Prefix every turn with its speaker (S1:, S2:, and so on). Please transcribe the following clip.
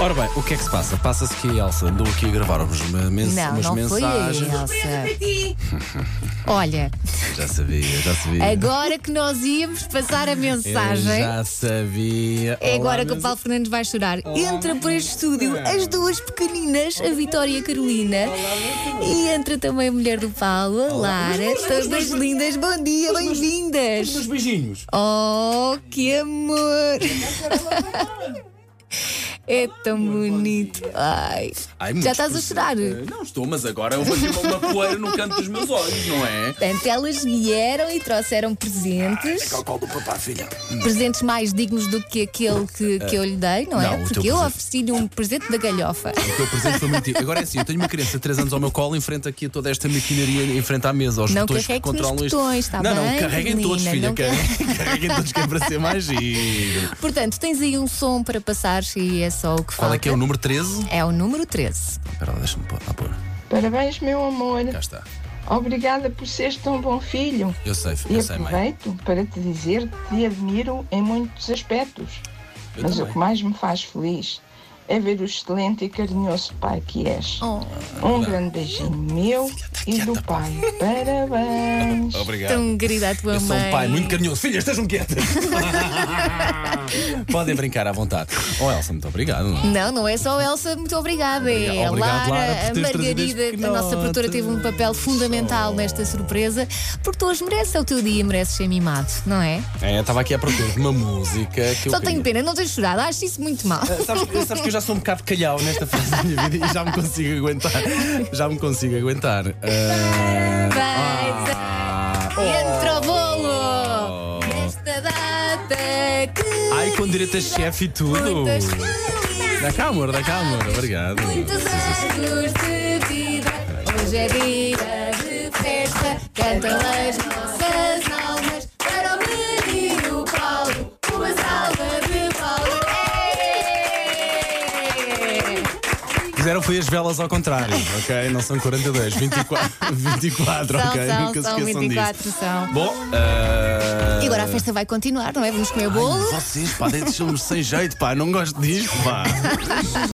S1: Ora bem, o que é que se passa? Passa-se que a Elsa andou aqui a gravar-vos uma mens
S2: Não,
S1: umas
S2: não foi a
S1: mensagens.
S2: Elsa. Olha,
S1: já sabia, já sabia.
S2: agora que nós íamos passar a
S1: Eu
S2: mensagem.
S1: já sabia.
S2: É
S1: Olá,
S2: agora que o
S1: meus-
S2: Paulo Fernandes vai chorar. Entra para este estúdio as duas pequeninas, a Vitória e a Carolina. E entra também a mulher do Paulo, a Lara. Todas lindas. Bom dia, bem-vindas.
S3: Os beijinhos.
S2: Oh, que amor! É tão bonito. Ai.
S1: Ai,
S2: Já
S1: muitos
S2: estás a
S1: beijinhos.
S2: chorar?
S3: Eh, Não estou, mas agora eu vejo uma uma poeira no canto dos meus olhos, não é?
S2: Portanto, elas vieram e trouxeram
S1: Ah, é
S2: presentes.
S3: Ao colo do papá, filha.
S2: Presentes mais dignos do que aquele que, que eu lhe dei, não é?
S1: Ah, não, o teu
S2: Porque eu
S1: presente-
S2: ofereci-lhe um presente da galhofa.
S1: O teu presente foi muito. Agora é assim, eu tenho uma criança de 3 anos ao meu colo, em frente aqui a toda esta maquinaria, em frente à mesa, aos
S2: Não
S1: botões que
S2: carregues nos
S1: controlam isto.
S2: botões, tá
S1: não,
S2: bem,
S1: não, carreguem todos,
S2: Carolina,
S1: filha,
S2: não
S1: carreguem, carreguem todos, que é para ser mais giro.
S2: Portanto, tens aí um som para passar e é só o que
S1: Qual
S2: falta.
S1: é que é o número 13?
S2: É o número 13.
S1: Espera lá, deixa-me pôr. Ah, pôr.
S4: Parabéns, meu amor.
S1: Cá está.
S4: Obrigada por seres tão bom filho.
S1: Eu sei,
S4: E
S1: eu sei, mãe.
S4: aproveito para te dizer que te admiro em muitos aspectos.
S1: Eu
S4: Mas o
S1: também.
S4: que mais me faz feliz é ver o excelente e carinhoso pai que és.
S2: Oh,
S4: Um grande beijinho meu e do pai. Parabéns.
S1: Obrigado.
S2: tão querida a tua
S1: Eu sou
S2: mãe.
S1: um pai muito carinhoso. Filhas, estejam quietas. Podem brincar à vontade. Oh, Elsa, muito obrigado.
S2: Não, não é só a Elsa, muito obrigada. é a
S1: Obrigado,
S2: Lara,
S1: Lara, por
S2: a
S1: teres trazido este
S2: Margarida, a nossa
S1: pequenote.
S2: produtora teve um papel fundamental nesta surpresa, porque tu hoje mereces, é o teu dia, mereces ser mimado, não é?
S1: É, eu estava aqui à procura de uma música que eu
S2: Só tenho
S1: queria.
S2: pena, não tens chorado, acho isso muito mal.
S1: Ah, Sabes, sabes que eu já sou um bocado calhau nesta fase da minha vida e já me consigo aguentar. Já me consigo aguentar. Ah,
S2: Parabéns!
S1: ah,
S2: E entra o bolo!
S1: oh.
S2: Nesta data que.
S1: Ai, com direito a chefe e tudo.
S2: muitas
S1: Dá cá, amor, dá cá, amor. Obrigado.
S2: Muitos anos de vida, hoje é dia de festa. Cantam as nossas almas para o menino Paulo, uma salva de Paulo. Ei!
S1: Fizeram foi as velas ao contrário, ok? Não são 42, 24, 24
S2: São,
S1: ok?
S2: são,
S1: Nunca se
S2: são
S1: esqueçam
S2: 24,
S1: disso.
S2: são.
S1: Bom, ah,
S2: E agora a festa vai continuar, não é? Vamos comer bolo.
S1: Vocês, pá, deixam-me sem jeito, pá, não gosto disto, pá.